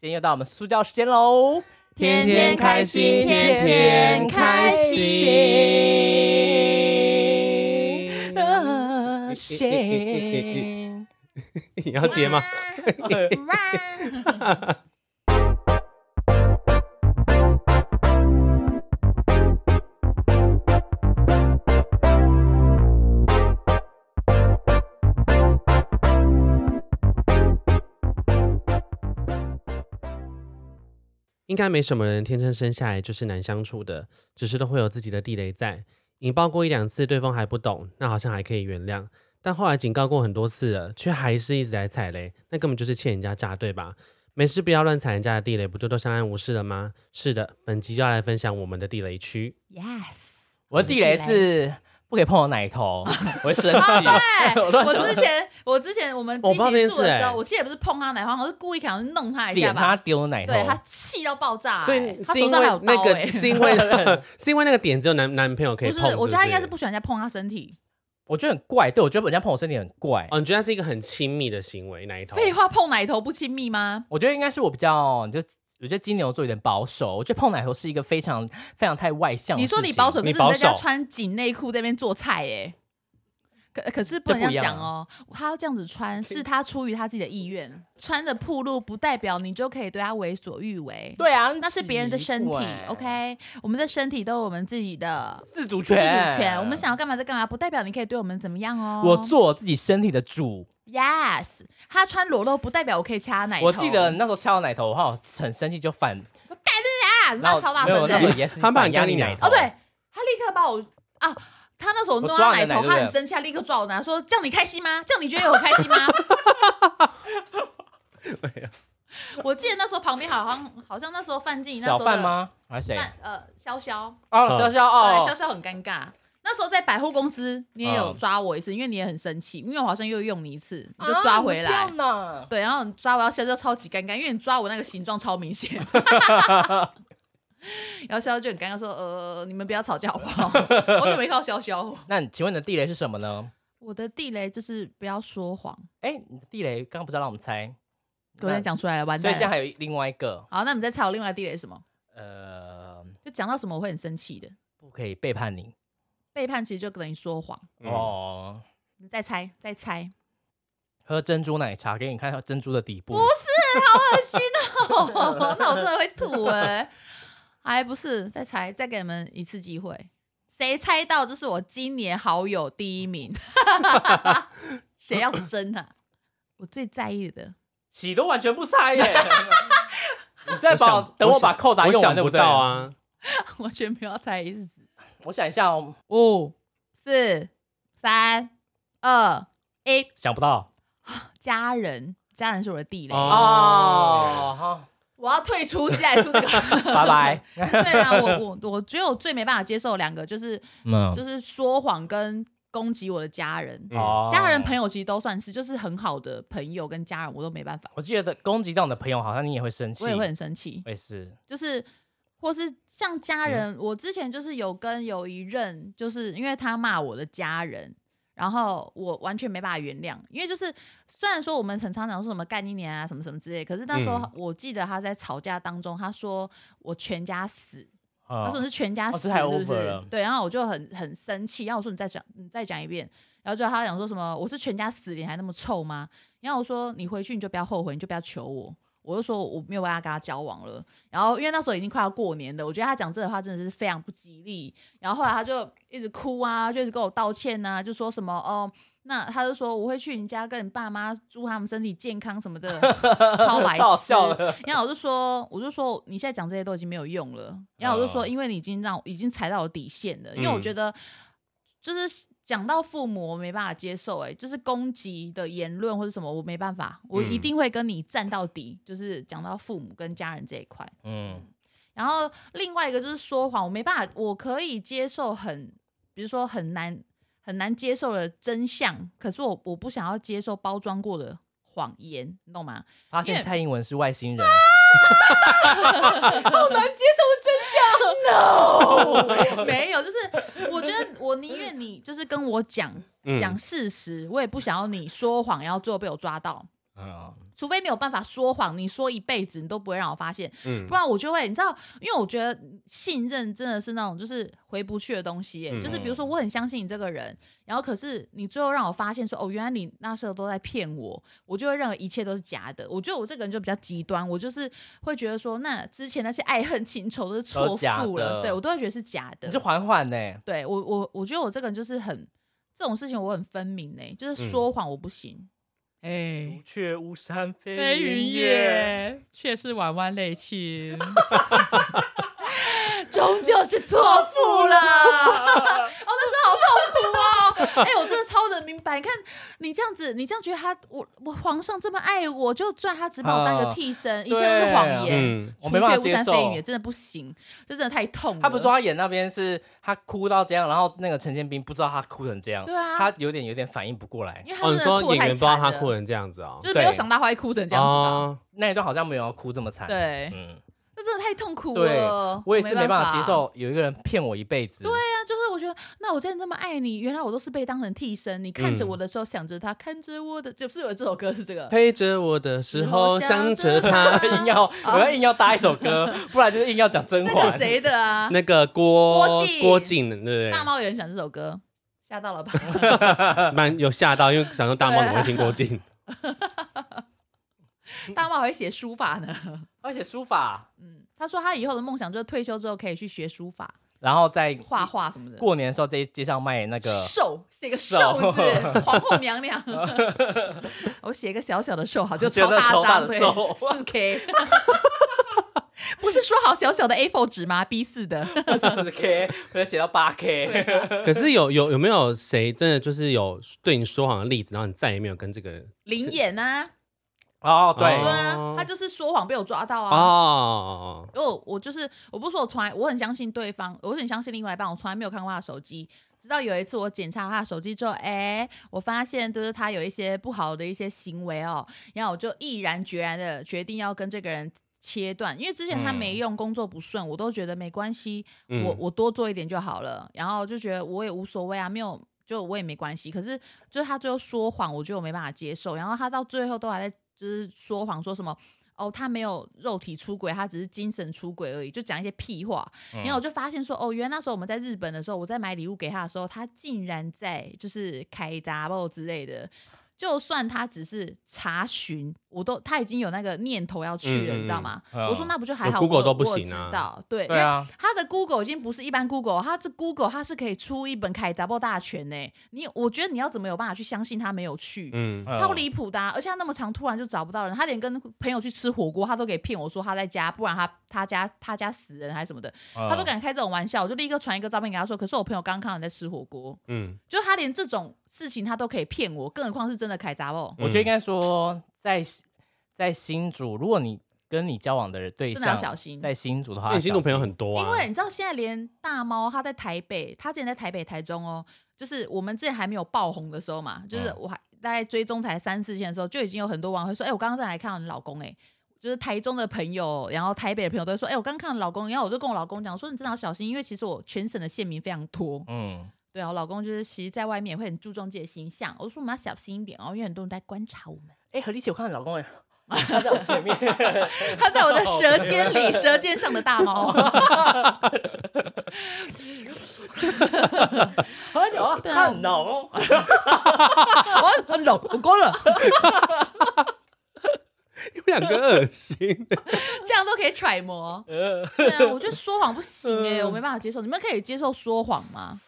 今天又到我们苏教时间喽，天天开心天天开心啊，谁？你要接吗？应该没什么人天生生下来就是难相处的，只是都会有自己的地雷在。引爆过一两次，对方还不懂，那好像还可以原谅。但后来警告过很多次了，却还是一直在踩雷，那根本就是欠人家炸，对吧？没事，不要乱踩人家的地雷，不就都相安无事了吗？是的，本集就要来分享我们的地雷区。 Yes，我的地雷是不可以碰我奶头，我会生气。 对，我乱我说之前我之前我们我一不知道这件起事住的时欸候，我记得也不是碰他奶花，我是故意想要弄他一下脸他吧，丢奶头，对他气到爆炸欸，所以他是因手上还为有刀那欸个，是 因为是因为那个点只有男男朋友可以不碰，是是，我觉得他应该是不喜欢人家碰他身体。我觉得很怪，对我觉得人家碰我身体很怪。哦，你觉得它是一个很亲密的行为那一头？废话，碰奶头不亲密吗？我觉得应该是我比较，就我觉得金牛座有点保守，我觉得碰奶头是一个非常非常太外向的你事情。说你保守，可你是你保在家守穿紧内裤在那边做菜耶、可可是不能这这不一样样讲啊哦，他要这样子穿是他出于他自己的意愿，穿的暴露不代表你就可以对他为所欲为，对啊，那是别人的身体奇怪，OK，我们的身体都有我们自己的自主自权，主权，我们想要干嘛就干嘛，不代表你可以对我们怎么样哦。我做我自己身体的主。 yes，他穿裸露不代表我可以掐他奶头，我记得那时候掐我奶头，我好像很生气，就反，啊，然那后超大没有声那时候的，也是他把反你压干你奶啊头。哦，对，他立刻把我啊。他那时候弄抓你他的奶奶头，对不他对很生气，他立刻抓我奶，说：“这样你开心吗？这样你觉得我开心吗？”我记得那时候旁边好像好像那时候范静怡那时小候范的吗？还是谁？范呃潇潇，哦，潇潇对潇哦，潇很尴尬。那时候在百货公司，你也有嗯抓我一次，因为你也很生气，因为我好像又用你一次，你就抓回来。啊你这样啊对，然后你抓我要消消超级尴尬，因为你抓我那个形状超明显。 然后潇潇就很尴尬说：“呃，你们不要吵架好不好？我怎么没靠潇潇？那你请问你的地雷是什么呢？我的地雷就是不要说谎，哎，你的地雷刚刚不是要让我们猜？给我再讲出来了，完所以蛋现在了。还有另外一个，好，那你们再猜我另外的地雷是什么？呃，就讲到什么我会很生气的，不可以背叛你背叛其实就等于说谎。哦，哦。你再猜，再猜，喝珍珠奶茶，给你看到珍珠的底部不。是，好恶心哦！那我真的会吐哎、哎，不是，再猜，再给你们一次机会，谁猜到就是我今年好友第一名， 谁要争啊？我最在意的， 洗都完全不猜耶！你再把想我等我把扣打我用想完，对不不对？到！啊，完全没有猜意思。我想一下哦，五、四、三、二、一，想不到家人，家人是我的地雷，哦哦。好，我要退出接下来出这 个，拜。拜。对啊，我我我觉得我最没办法接受的两个就是嗯，就是说谎跟攻击我的家人。哦，家人朋友其实都算是，就是很好的朋友跟家人，我都没办法，我记得攻击到你的朋友，好像你也会生气。我也会，很生气。我也是。就是或是像家嗯人，我之前就是有跟有一任，就是因为他骂我的家人，然后我完全没办法原谅，因为就是虽然说我们很常讲说什么干一年啊什么什么之类，可是那时候嗯我记得他在吵架当中，他说我全家死，他啊说你是全家哦这死，太是不 over 是了？对，然后我就很很生气，然后我说你再讲，你再讲一遍。然后就他讲说什么我是全家死脸还那么臭吗？然后我说你回去你就不要后悔，你就不要求我。我就说我没有办法跟他交往了。然后因为那时候已经快要过年了，我觉得他讲这个话真的是非常不吉利。然后后来他就一直哭啊，就一直跟我道歉啊，就说什么哦。那他就说我会去你家跟你爸妈祝他们身体健康什么 的，超白超好痴笑了。 然后我就说，我就说你现在讲这些都已经没有用了。然后我就哦说，因为你已经让已经踩到我底线了，因为我啊嗯觉得就是讲到父母，我没办法接受、欸，哎，就是攻击的言论或者什么，我没办法，我一嗯定会跟你站到底，就是讲到父母跟家人这一块。嗯，然后另外一个就是说谎，我没办法，我可以接受很，比如说很难很难接受的真相，可是我我不想要接受包装过的谎言，你懂吗？发因现为蔡英文是外星人， 没有，就是我觉得我宁愿你就是跟我讲嗯讲事实，我也不想要你说谎，要最后被我抓到。嗯，除非你有办法说谎，你说一辈子你都不会让我发现，嗯不，然我就会，你知道，因为我觉得信任真的是那种就是回不去的东西耶、嗯就是比如说我很相信你这个人，然后可是你最后让我发现说，哦，原来你那时候都在骗我，我就会认为一切都是假的。我觉得我这个人就比较极端，我就是会觉得说，那之前那些爱恨情仇都是错都假付了，的对我都会觉得是假的你。是缓缓呢，对我我我觉得我这个人就是很这种事情我很分明呢、就是说谎我不行，哎、雀巫山飞飞云。夜，却是晚晚泪倾， 终究是错 付了。哦，那真的好痛苦哦！哎、我真的超能明白。你看，你这样子，你这样觉得他，我我皇上这么爱我，就算他只把我当一个替身，一切都是谎言。嗯，啊我没办法除却巫接山受飞云也真的不行，这真的太痛了。他不是说他演那边是他哭到这样，然后那个陈建斌不知道他哭成这样，对啊他有点有点反应不过来。因为他哦，真你的说哭得演员太不知道惨他了，哭成这样子哦，就是没有对想到他会哭成这样子吧？哦那一段好像没有要哭这么惨。，对，嗯，这真的太痛苦对了。我也是没办法法接受有一个人骗我一辈子。对对啊，就是我觉得，那我真的这么爱你，原来我都是被当成替身。你看着嗯我的时候想着他，看着我的，就是有这首歌是这个。 陪着我的时候想着他，硬要我要硬要搭一首 歌，不然就是硬要讲甄哦那嬛个。谁的啊？那个郭郭靖郭靖，对不对？大猫有人想这首歌，吓到 了吧？嗯蛮有吓到，因为想说大猫怎么会听 郭靖？大猫还会写书法呢。而且书法，嗯，他说他以后的梦想就是退休之后可以去学书法、然后在画画什么的。过年的时候在街上卖那个寿写个寿寿字，皇后娘 娘。我写一个小小的寿，好就觉超得超大张的对， 寿四 K。不是说好小小的 A4 纸吗？B 四的。四 K，或者写到八 K，可是有有有没有谁真的就是有对你说谎的例子，然后你再也没有跟这个人？林演啊，哦对，对哦啊，他就是说谎被我抓到啊。哦，因为我我就是我不是说我从来我很相信对方，我很相信另外一半，我从来没有看过他的手机。直到有一次我检查他的手机之后，哎、我发现就是他有一些不好的一些行为哦，然后我就毅然决然的决定要跟这个人切断，因为之前他嗯没用，工作不顺，我都觉得没关系，嗯我我多做一点就好了，然后就觉得我也无所谓啊，没有就我也没关系。可是就是他最后说谎，我觉得我没办法接受，然后他到最后都还在就是说谎，说什么哦他没有肉体出轨，他只是精神出轨而已，就讲一些屁话。嗯然后我就发现说哦，原来那时候我们在日本的时候，我在买礼物给他的时候，他竟然在就是开杂报之类的。就算他只是查询，我都他已经有那个念头要去了，嗯嗯你知道嗯吗？嗯我说那不就还好有 Google 我有都不我有行啊知道对，对啊，他的 Google 已经不是一般 Google，他这 Google 他是可以出一本凯杂报大全呢、你我觉得你要怎么有办法去相信他没有去？嗯，嗯超离谱的啊、而且他那么长，突然就找不到人，他连跟朋友去吃火锅，他都给骗我说他在家，不然他他家他家死人还是什么的，呃他都感敢开这种玩笑，我就立刻传一个照片给他说，可是我朋友刚看到你在吃火锅，嗯，就是他连这种事情他都可以骗我，更何况是真的凯杂报，我觉得应该说，在在新竹，如果你跟你交往的对嗯真的要象小心。在新竹的那话，你新的朋友很多啊，因 为你知道现在连大猫它在台北，它之前在台北、台中哦，就是我们之前还没有爆红的时候嘛，就是嗯我还大概追踪才三四线的时候，就已经有很多网友说，哎、我刚刚在来看到你老公、哎。就是台中的朋友，然后台北的朋友都会说：“哎、我刚看到你老公。”然后我就跟我老公讲说：“你真的要小心，因为其实我全省的县民非常多。嗯，” 对啊，我老公就是其实在外面也会很注重自己的形象。我就说我们要小心一点哦，因为很多人在观察我们。哎，何立奇，我看到你老公 哎，他在我前面，他在我的舌尖里，舌尖上的大猫。 好有啊，对啊看老公，我很冷，我够了，你们两个恶 心，这样都可以揣摩。呃对啊，我觉得说谎不行哎、嗯我没办法接受。你们可以接受说谎吗？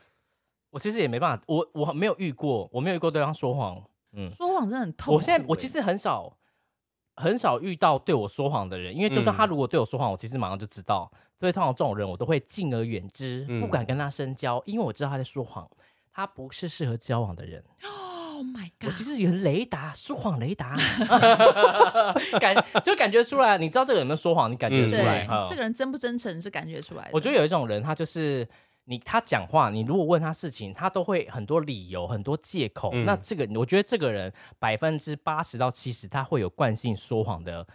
我其实也没办法，我我没有遇过，我没有遇过对方说谎，嗯，说谎真的很痛苦欸、我现在我其实很少很少遇到对我说谎的人，因为就算嗯他如果对我说谎，我其实马上就知道。所以通常这种人，我都会敬而远之，嗯不敢跟他深交，因为我知道他在说谎，他不是适合交往的人。 ，Oh my 我 god，其实有雷达，说谎雷 达， 感就感觉出来，你知道这个人有没有说谎，你感觉嗯出对来。哎哈。这个人真不真诚是感觉出来的。我觉得有一种人，他就是你，他讲话，你如果问他事情，他都会很多理由、很多借口。嗯那这个，我觉得这个人百分之八十到七十，他会有惯性说谎的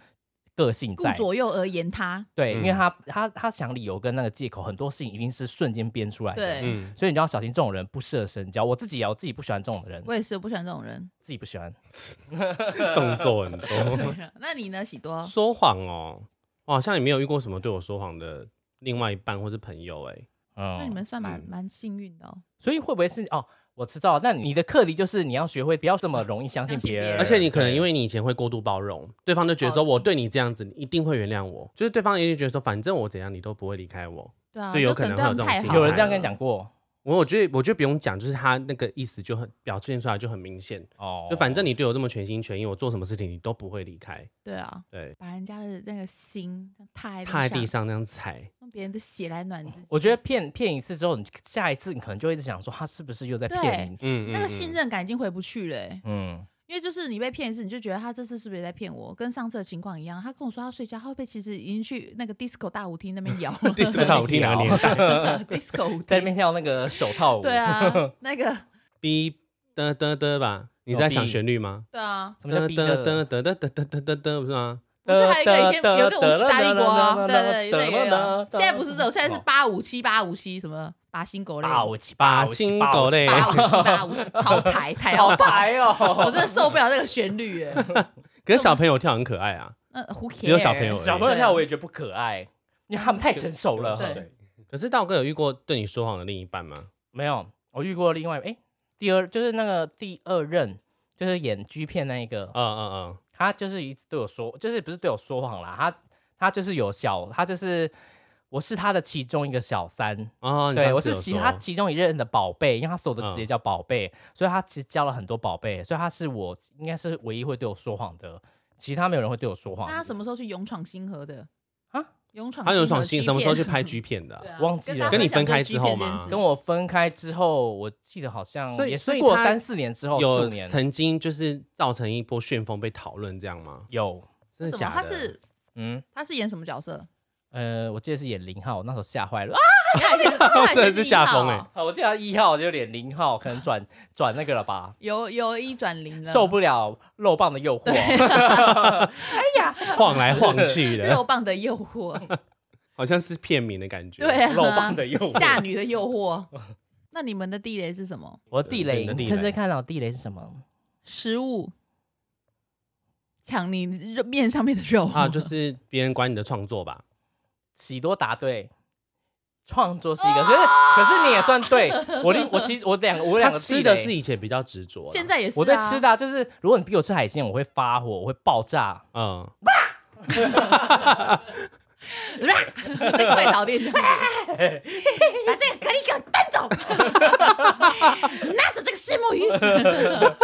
个性顾在，左右而言他，对，因为嗯他他他想理由跟那个借口，很多事情一定是瞬间编出来的，对嗯，所以你就要小心这种人不适合深交。我自己也有，我自己不喜欢这种人，我也是我不喜欢这种 人。自己不喜欢。动作很多。对啊那你呢，喜多？ 说谎哦，我好像也没有遇过什么对我说谎的另外一半或是朋友哎、嗯，那你们算蛮嗯蛮幸运的哦。所以会不会是哦？我知道，那你的课题就是你要学会不要这么容易相信相信别别人，人而且你可能对因为你以前会过度包容，对方就觉得说我对你这样子，你一定会原谅我，就是对方一定觉得说反正我怎样你都不会离开我。对啊，就有就可能对会他有们这种太心好态有人了这样跟你讲过我我觉得我觉得不用讲，就是他那个意思就很表现出来就很明显，哦，就反正你对我这么全心全意，我做什么事情你都不会离开，对啊，对，把人家的那个心踏踏在地上，上那样踩，用别人的血来暖自己。我觉得骗骗一次之后，你下一次你可能就会一直想说他是不是又在骗你？嗯，嗯那个嗯信任感已经回不去了、欸，嗯，因为就是你被骗一次，你就觉得他这次是不是也在骗我？跟上次的情况一样，他跟我说他睡觉，他会被其实已经去那个 disco 大舞厅那边摇 disco 大舞厅 哪个年代 disco 舞在那厅，边跳那个手套舞，对， 啊，那个？B 的的的吧？你在想旋律吗？对啊，什么叫逼的？的的的的的的的的，不是吗？不是还有一个以前有一个舞曲大帝国啊，对对对，那个也有。现在不是这种，现在是八五七八五七什么拔新狗类，八五七把五青七狗类八五七八 五七超台台好要白，白哦，我真的受不了这个旋律哎。可是小朋友跳很可爱啊，那 who c 只有小朋友而已小朋友跳我也觉得不可爱，因为他们太成熟了。啊对，可是道哥有遇过对你说谎的另一半吗？没有，我遇过另外哎，第二就是那个第二任，就是演 G 片那一个，嗯嗯嗯，他就是一直对我说，就是不是对我说谎啦，他他就是有小，他就是我是他的其中一个小三，哦，你对上我次是有其说他其中一任的宝贝，因为他所有的嗯职业叫宝贝，所以他其实交了很多宝贝，所以他是我应该是唯一会对我说谎的，其他没有人会对我说谎那。他什么时候去勇闯星河的啊？勇闯他有爽新心，什么时候去拍 G 片的啊？忘记了跟你分开之后吗跟我分开之后，我记得好像所以也所是以过他三四年之后，有四年曾经就是造成一波旋风被讨论这样 吗？有，真的什么？他假的？是嗯他是演什么角色？呃，我记得是演零号，我那时候吓坏了 他真的是下风哎、啊！ 我记得他一号就演零号，可能转转那个了 吧，由由一转零了，受不了肉棒的诱 惑。哎晃来晃去肉的，棒的 诱惑，好像是片名的感觉。对啊，肉棒的诱惑下女的诱惑。那你们的地雷是什么？我地对雷，你的你地真雷正看到地雷是什么？食物，抢你肉面上面的肉啊，就是别人管你的创作吧？喜多答对，创作是一个，可是可是你也算对。我另我其实我两个我两他个吃地的雷是以前比较执着啦，现在也是、啊。我对 吃的啊、就是如果你逼我吃海鲜，我会发火，我会爆炸。嗯，在快炒店这样子，把这个蛤蜊给我端走， 拿走这个石目鱼。嗯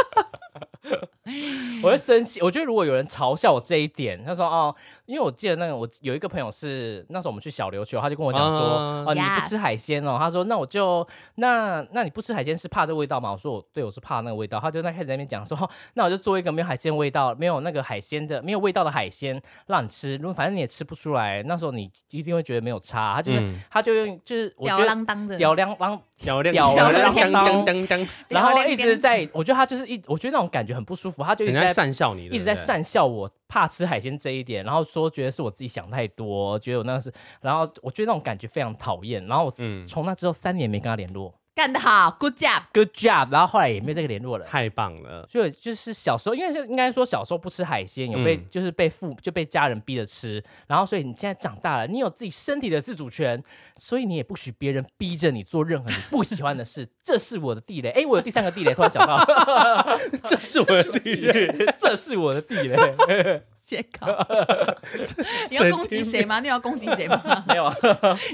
我会生气。我觉得如果有人嘲笑我这一点，他说哦，因为我记得那个我有一个朋友是那时候我们去小琉球，他就跟我讲说，啊哦、你不 Yes 吃海鲜哦，他说那我就那那你不吃海鲜是怕这味道吗？我说我对我是怕那个味道，他就在开始在那边讲说，哦那我就做一个没有海鲜味道、没有那个海鲜的、没有味道的海鲜让你吃，如果反正你也吃不出来，那时候你一定会觉得没有差。他就是、嗯他就用就是我觉吊儿得郎当的，吊儿郎当。漂屌了亮亮当当当，然后亮一直在，我觉得他就是一，我觉得那种感觉很不舒服，他就一人直家在善笑你，一直在对不对，讪笑我怕吃海鲜这一点，然后说觉得是我自己想太多，觉得我那是，然后我觉得那种感觉非常讨厌，然后我嗯，从那之后三年没跟他联络干得好，good job。 ，Good job，然后后来也没有再联络了。太棒 了，所以就是小时候，因为是应该说小时候不吃海鲜，有被、嗯就是被父就被家人逼着吃，然后所以你现在长大了，你有自己身体的自主权，所以你也不许别人逼着你做任何你不喜欢的事，这是我的地雷。哎，我有第三个地雷，突然 想到，这是我的地雷，这是我的地雷，写稿，你要攻击谁吗？你要攻击谁吗？ 没有啊。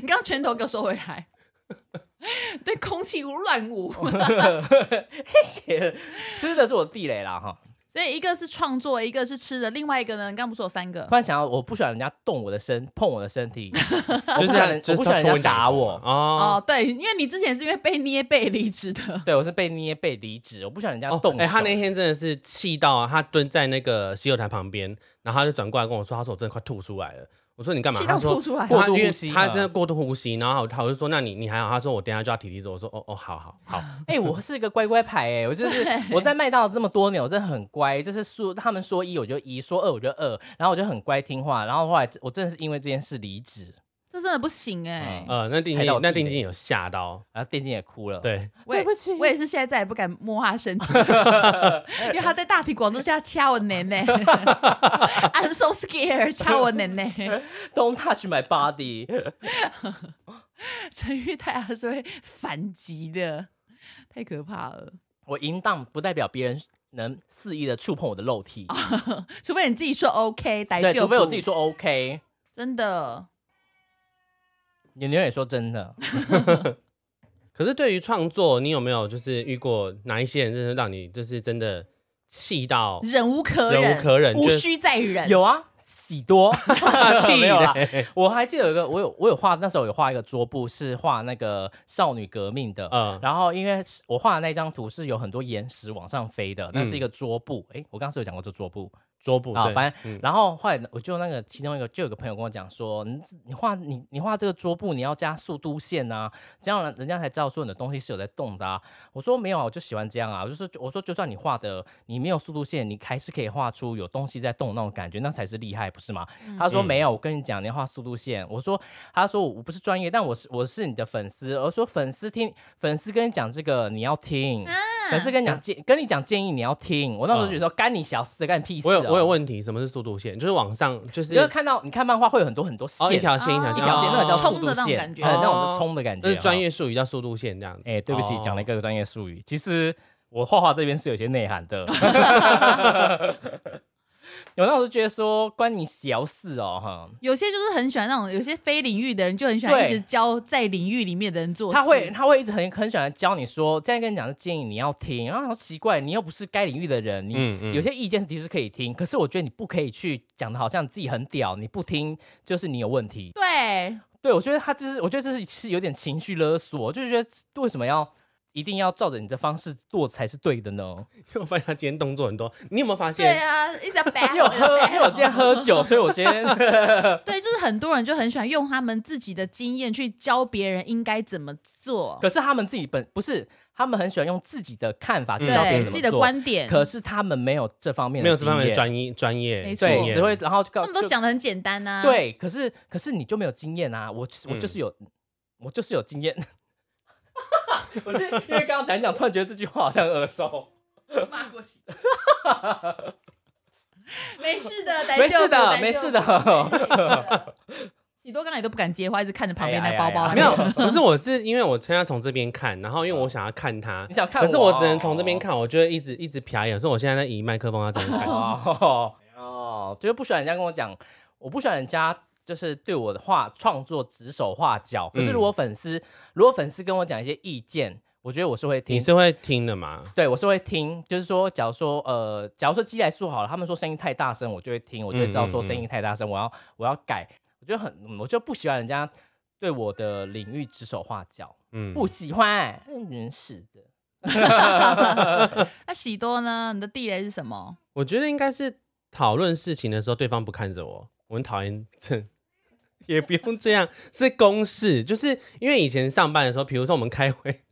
你刚刚拳头给我收回来， 对空气乱舞。哦 吃的是我地雷啦哈。所以一个是创作，一个是吃的，另外一个呢？你刚刚不是有三个突？然想到，我不喜欢人家动我的身，碰我的身体， 就是就是他人就我是不喜他欢抽人你家打奶头我嘛。哦。哦，对，因为你之前是因为被捏背离职的，对，我是被捏被离职，我不喜欢人家哦动手。哎、他那天真的是气到啊！他蹲在那个洗手台旁边，然后他就转过来跟我说，他说我真的快吐出来了。我说你干嘛？气他到说吐出来过他度哎因为呼吸他真的嗯过度呼吸，然后他我就说那你你还好？他说我等一下就要体力做。我说哦哦好好 好，哎、我是一个乖乖牌哎、 我就是我在麦当劳这么多年，我真的很乖，就是说他们说一我就一，说二我就二，然后我就很乖听话，然后后来我真的是因为这件事离职，这真的不行哎、呃那定踩到金地那雷定金有吓到，然后电竞也哭了，，对我也对不起我也是现在再也不敢摸他身体，因为他在大庭广众下掐我奶奶 ，I'm so scared，掐我奶奶。 ，Don't touch my body，陈玉泰还是会反击的，太可怕了。我淫荡不代表别人能肆意的触碰我的肉体，除非你自己说 OK，逮对，就除非我不自己，说 OK。真的牛牛也说真的，可是对于创作，你有没有就是遇过哪一些人，真的让你就是真的气到忍无可忍，忍无可忍？无就是需再忍。有啊，喜多 地 没有啦 雷我还记得有一个，我有我有画，那时候有画一个桌布，是画那个少女革命的。嗯然后因为是我画的那张图是有很多岩石往上飞的，那是一个桌布。诶，我刚刚是有讲过这桌布桌布啊，对反正、嗯然后后来我就那个其中一个就有个朋友跟我讲说，你你画你你画这个桌布，你要加速度线啊，这样人人家才知道说你的东西是有在动的啊。我说没有啊，我就喜欢这样啊。我就说我说就算你画的你没有速度线，你还是可以画出有东西在动那种感觉，那才是厉害，不是吗？他说嗯没有，我跟你讲，你要画速度线。我说他说我不是专业，但我是我是你的粉丝。我说粉丝听粉丝跟你讲这个你要听，粉丝跟你讲嗯建跟你讲建议你要听。我那时候就觉得说干你小事，干你屁事哦。我有我有问题，什么是速度线？就是往上，就是你就是看到你看漫画会有很多很多线，哦一条线一条哦一线，条线，哦那个叫冲速度的那种线，感觉呃那种冲的感觉，那是专哦。业哦术语叫速度线这样子。 哎，对不起，讲了一个个专业术语。其实我画画这边是有些内涵 的。有那我就觉得说关你小事哦，哈。有些就是很喜欢那种，有些非领域的人就很喜欢一对直教在领域里面的人做事。他会他会一直很很喜欢教你说，这样跟你讲是建议你要听，然后说奇怪，你又不是该领域的人，你、嗯嗯有些意见的确是可以听，可是我觉得你不可以去讲的好像自己很屌，你不听就是你有问题。对，对我觉得他就是，我觉得这是是有点情绪勒索，就是觉得为什么要一定要照着你的方式做才是对的呢？我发现他今天动作很多，你有没有发对现？啊，一直在 battle， 因为我喝，因为我今天喝酒，所以我今天 对，就是很多人就很喜欢用他们自己的经验去教别人应该怎么做，可是他们自己本不是，他们很喜欢用自己的看法去教别对人自怎己的么做，观点，可是他们没有这方面的嗯没有这方经面的验专业专业没错经对，验只会然后就告他们都讲的很简单呐、啊。，对，可是可是你就没有经验啊！我我嗯就是有，我就是有经验。 我是因为刚刚讲一讲，突然觉得这句话好像耳熟。骂过去。 没事 的，逮没就事的捕没事。逮的就捕没事 的喜多刚才也都不敢接话，一直看着旁边哎的呀包包哎呀那没边。 有，不是我是因为我现在从这边看，然后因为我想要看他你，想看我？哦可是我只能从这边。看，我就会一直一直瞟眼，所以我现在在移麦克风要这样看。哦哦，就是不喜欢人家跟我讲，我不喜欢人家就是对我的话创作指手画脚。可是如果粉丝、如果粉丝跟我讲一些意见，我觉得我是会听你。是会听的吗？对，我是会听，就是说，假如说，呃，假如说鸡来素好了，他们说声音太大声，我就会听，我就会知道说嗯嗯嗯声音太大声，我要我要改，我就很，嗯我就不喜欢人家对我的领域指手画脚，嗯，不喜欢，嗯，是的，那喜多呢？你的地雷是 什么？我觉得应该是讨论事情的时候，对方不看着我，我很讨厌这。也不用这样，是公事，就是因为以前上班的时候，比如说我们开会，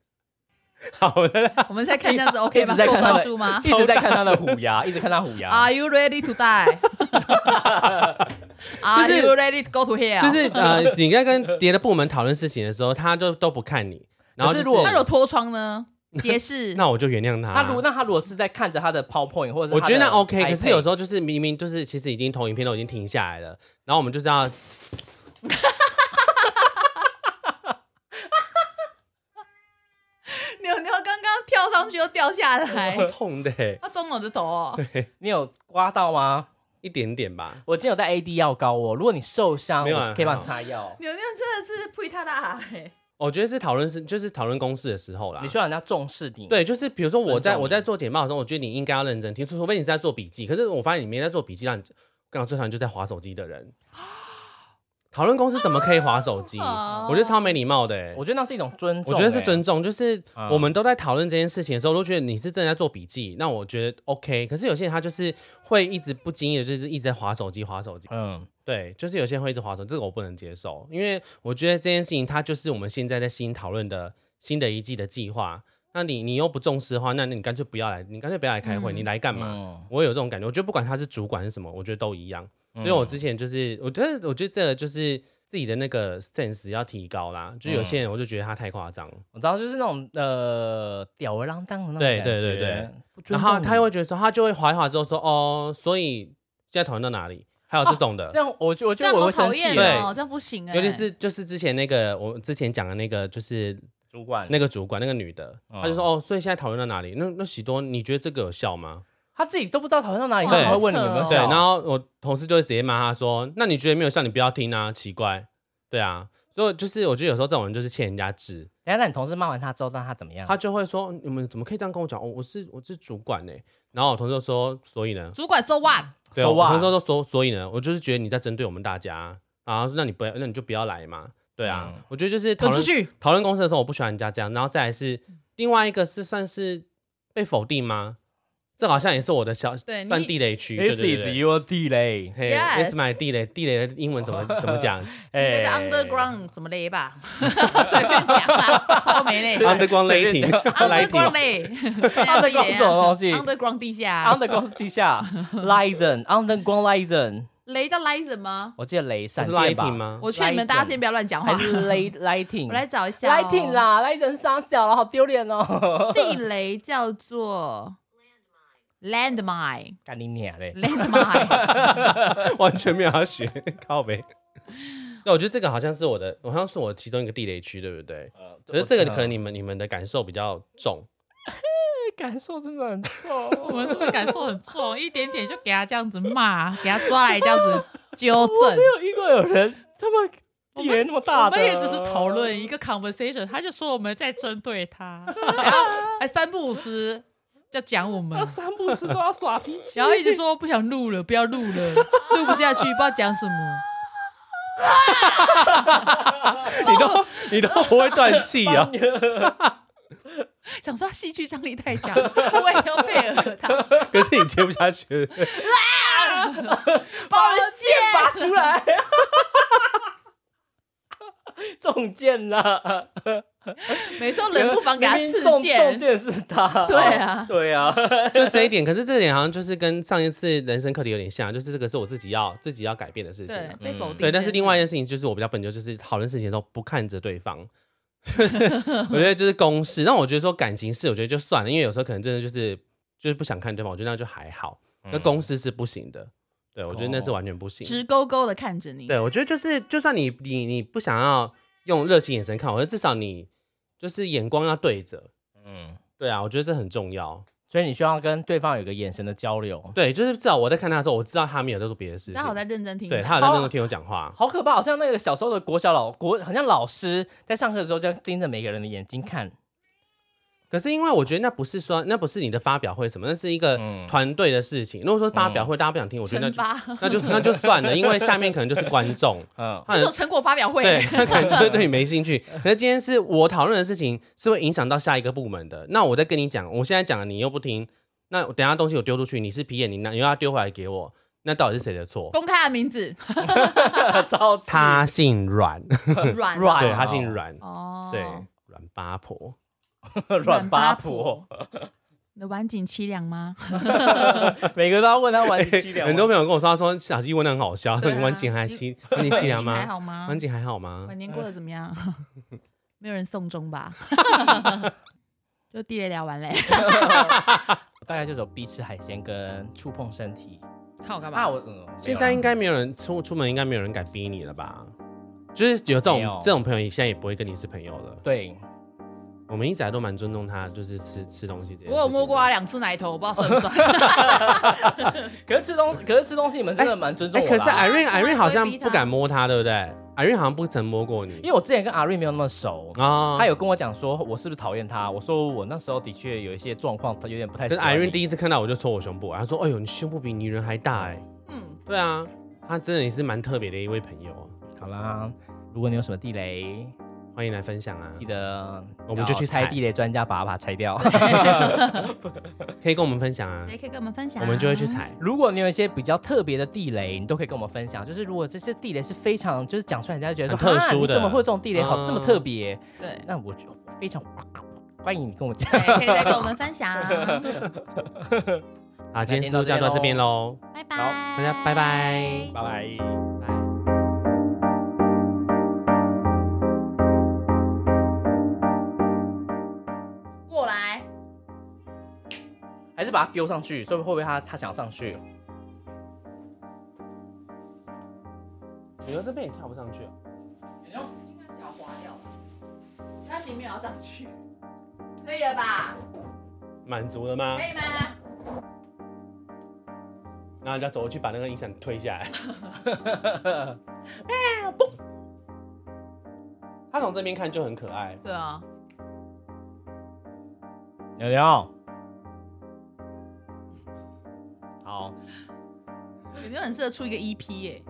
好的，我们在看这样子一 OK 吗？直在够看他专的，注吗 一直在看他的虎牙，一直看他虎牙， ？Are you ready to die? Are 就是 you ready to go to hell? 就是呃，你在跟别的部门讨论事情的时候，他就都不看你，然后可就是如是果那如果脱 窗呢？解释。 那我就原谅他。他如果那他如果是在看着他的 PowerPoint 或者是啊我觉得那他的 OK，可是 iPad 有时候就是明明就是其实已经投影片都已经停下来了，然后我们就是要牛牛刚刚跳上去又掉下来，哎痛的欸 他撞了我的头哦。你有刮到吗？一点点吧。我今天有带 AD 药膏哦，如果你受伤，没有啊我可以帮还好你擦药。牛牛真的是呸他啦！哎我觉得是讨论是就是讨论公事的时候啦你。需要人家重视你，啊对，就是比如说我在尊重你我在做简报的时候，我觉得你应该要认真听，除除非你是 在做笔记。可是我发现你没在做笔记，让你刚好最常就在划手机的人。讨论公司怎么可以划手机，啊哦我觉得超没礼貌的、欸。我觉得那是一种尊重、我觉得是欸尊重，就是啊我们都在讨论这件事情的时候，都觉得你是真的在做笔记，那我觉得 OK。可是有些人他就是会一直不经意的，就是一直在划手机，划手机。嗯，对，就是有些人会一直划手机，这个我不能接受，因为我觉得这件事情它就是我们现在在新讨论的新的一季的计划。那你你又不重视的话，那你干脆不要来，你干脆不要来开会，嗯你来干嘛？嗯我有这种感觉，我觉得不管他是主管是什么，我觉得都一样。所以我之前就是，我觉得我觉得这个就是自己的那个 sense 要提高啦。就有嗯些人我就觉得他太夸张，我知道，就是那种呃吊儿郎当的那种对感对对觉对，不尊重然后他你又会觉得说，他就会划一划之后说，哦，所以现在讨论到哪里？还有这种的，哦这样，我就我这觉样得我好会生讨气啊厌对耶，哦，这样不行哎、尤其是就是之前那个我之前讲的那个，就是主管那个主管那个女的，嗯她就说哦，所以现在讨论到哪里？那那许多，你觉得这个有效吗？他自己都不知道讨论到哪里，哇他怎么好会问你有没有扯哦对，效然后我同事就会直接骂她说，那你觉得没有效，你不要听啊，奇怪，对啊。所以就是我觉得有时候这种人就是欠人家智，等一下，那你同事骂完他之后，让他怎么样？他就会说你们怎么可以这样跟我讲？哦，我是我是主管呢、然后我同事就说，所以呢？主管 so what？对，哦 So 我同事 what？就说，所以呢？我就是觉得你在针对我们大家啊，然后说那你不要，那你就不要来嘛。对啊，嗯我觉得就是讨滚论出去！讨论公司的时候，我不喜欢人家这样。然后再来是另外一个是算是被否定吗？这好像也是我的小对你算地雷区，对对对。 your delay。嘿 Yes ，It's my 地雷，地雷的英 文怎么怎么讲你这哎个 underground 怎么勒吧？ 随便讲吧，超没嘞。 ？Underground Lating， underground 嘞啊 Underground 什么东西？underground 地下， ，underground 是地 下，lizen，underground lizen，雷叫 lizen 吗？我记得雷这闪是电 Lighting 吧？吗？我劝你们大家先不要乱讲话还。是 lay 我 lighting？lighting 来找一下哦。 lighting 啊啦，lizen 杀小了，好丢脸 哦！地雷叫做 landmine。干你娘嘞！ landmine，完全没有要学， 靠呗。那我觉得这个好像是我的，好像是我其中一个地雷区，对不对？呃可是这个可能你们你们的感受比较重，哎感受真的很重。 我们是不是感受很错？一点点就给他这样子骂，给他抓来这样子纠正。没有遇过有人这么地雷那么大我的，们也只是讨论一个 conversation，他就说我们在针对 他，然后还三不五时就讲我们他，三不时都要耍脾 气，然后一直说不想录了，不要录了，录不下去，不知道讲什么。你都你都不会断气哎 啊！想说他戏剧张力太 强，我也要配合他。可是你接不下去，抱了歉，拔出来， 中箭了，每次都冷不防给他明刺明中中剑。箭是他，对啊对啊， 就这一点，可是这点好像就是跟上一次人生课题有点像，就是这个是我自己要自己要改变的事情啊、对，被否定。对，但是另外一件事情就是我比较笨拙，就是讨论事情的时候不看着对 方。我觉得就是公事，但我觉得说感情事，我觉得就算了，因为有时候可能真的就是就是不想看对方，我觉得那就还好。那嗯公事是不行的，对我觉得那是完全不行。直勾勾的看着你。对，我觉得就是就算你你你不想要用热情眼神看我，我觉得至少你就是眼光要对着。嗯，对啊，我觉得这很重要。所以你需要跟对方有个眼神的交流，对，就是至少我在看他的时候，我知道他没有在做别的事情。他好哦在认真听。对他有在认真听我讲话。好可怕，好像那个小时候的国小老国，好像老师在上课的时候这样盯着每个人的眼睛看，可是因为我觉得那不是说那不是你的发表会什么，那是一个嗯团队的事情。如果说发表会大家不想听，我觉得惩那就罚，那就那就算了，因为下面可能就是观 众， 嗯， 他这种可能成果发表对会。他可能就是对你没兴趣。可是今天是我讨论的事情，是会影响到下一个部门的。那我在跟你讲，我现在讲了你又不听，那我等一下东西我丢出去，你是皮眼，你拿你又要丢回来给我，那到底是谁的错？公开他的名 字，超气他姓阮，软软 对他姓阮，哦，对阮八婆。 软八婆，。 你的晚景凄凉吗？每个都要问他玩几七两， 很多朋友跟我说，他说小鸡问的很好笑， 对啊晚景还凄， 晚 景凄晚景还凉吗？好吗？晚景还好吗晚？年过得怎么 样？没有人送终吧？就地雷聊完嘞，大概就走逼吃海鲜跟触碰身体，看我干那嘛？我嗯现在没有应该没有人出出门，应该没有人敢逼你了吧？就是有这没有种这种朋友，现在也不会跟你是朋友了啊。对我们一直来都蛮尊重他，就是吃吃东西这件事情哎我有摸过他啊两次奶头，我不知道算不 算。可是吃东，可是吃东西，你们真的蛮尊重哎、我可的是啊、艾瑞我艾不会瑞好像逼他不敢摸他，对不对？艾瑞好像不曾摸过你因为我之前跟阿瑞没有那么熟，啊。他有跟我讲说我是不是讨厌他，我说我那时候的确有一些状况，他有点不太可喜是欢你。艾瑞第一次看到我就戳我胸部，他说：“哎呦，你胸部比泥人还大哎、嗯，对啊，他他真的也是蛮特别的一位朋友哦，好啦，如果你有什么地雷，欢迎来分享啊记！得我们就去要猜踩地雷专家，把它把它拆 掉。可以跟我们分享啊也，可以跟我们分享，我们就会去。踩。如果你有一些比较特别的地雷，你都可以跟我们分享。就是如果这些地雷是非常，就是讲出来人家就觉得说很特殊啊你的怎么会有这种地雷好、嗯这么特别？对，那我就非常欢迎你跟我讲。对，可以来跟我们分 享，好，啊今今天天私教就到这边喽，拜拜，好大家拜拜 拜拜。拜。过来。还是把它丢上去，所以会不会他他想上去？你说这边也跳不上去、哦，应该脚滑掉吧？他前面要上去，可以了吧？满足了吗可？以吗？然后你就要走过去把那个音响推下 来。啊他从这边看就很可爱，对啊，牛牛，好，有没有很适合出一个 EP 耶、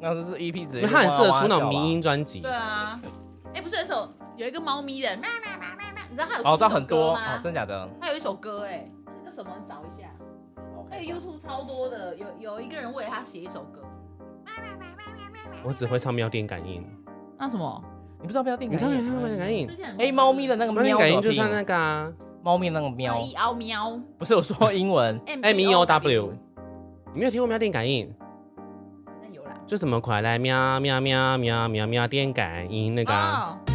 那这是 E EP 直接因为他很适合出哇哇那叫种吧迷音专辑对。啊，哎、不是有一首有一个猫咪的喵喵喵喵喵，你知道它有出哦，一这首很多歌哦吗，？真假的？它有一首歌哎、那个叫什么？你找一下，哦那个哎 YouTube 超多的，有有一个人为他写一首歌。我只会唱喵电感应，那什么？你不知道不要定你感唱应？喵电感应之，前哎，猫咪的那个喵电喵感应怎么就唱拼那个啊猫咪那个喵，哦一凹喵不是我说英文 M E O W。你没有听过喵电感应？那有啦。就什么快来喵喵喵喵喵喵电感应那个啊、哦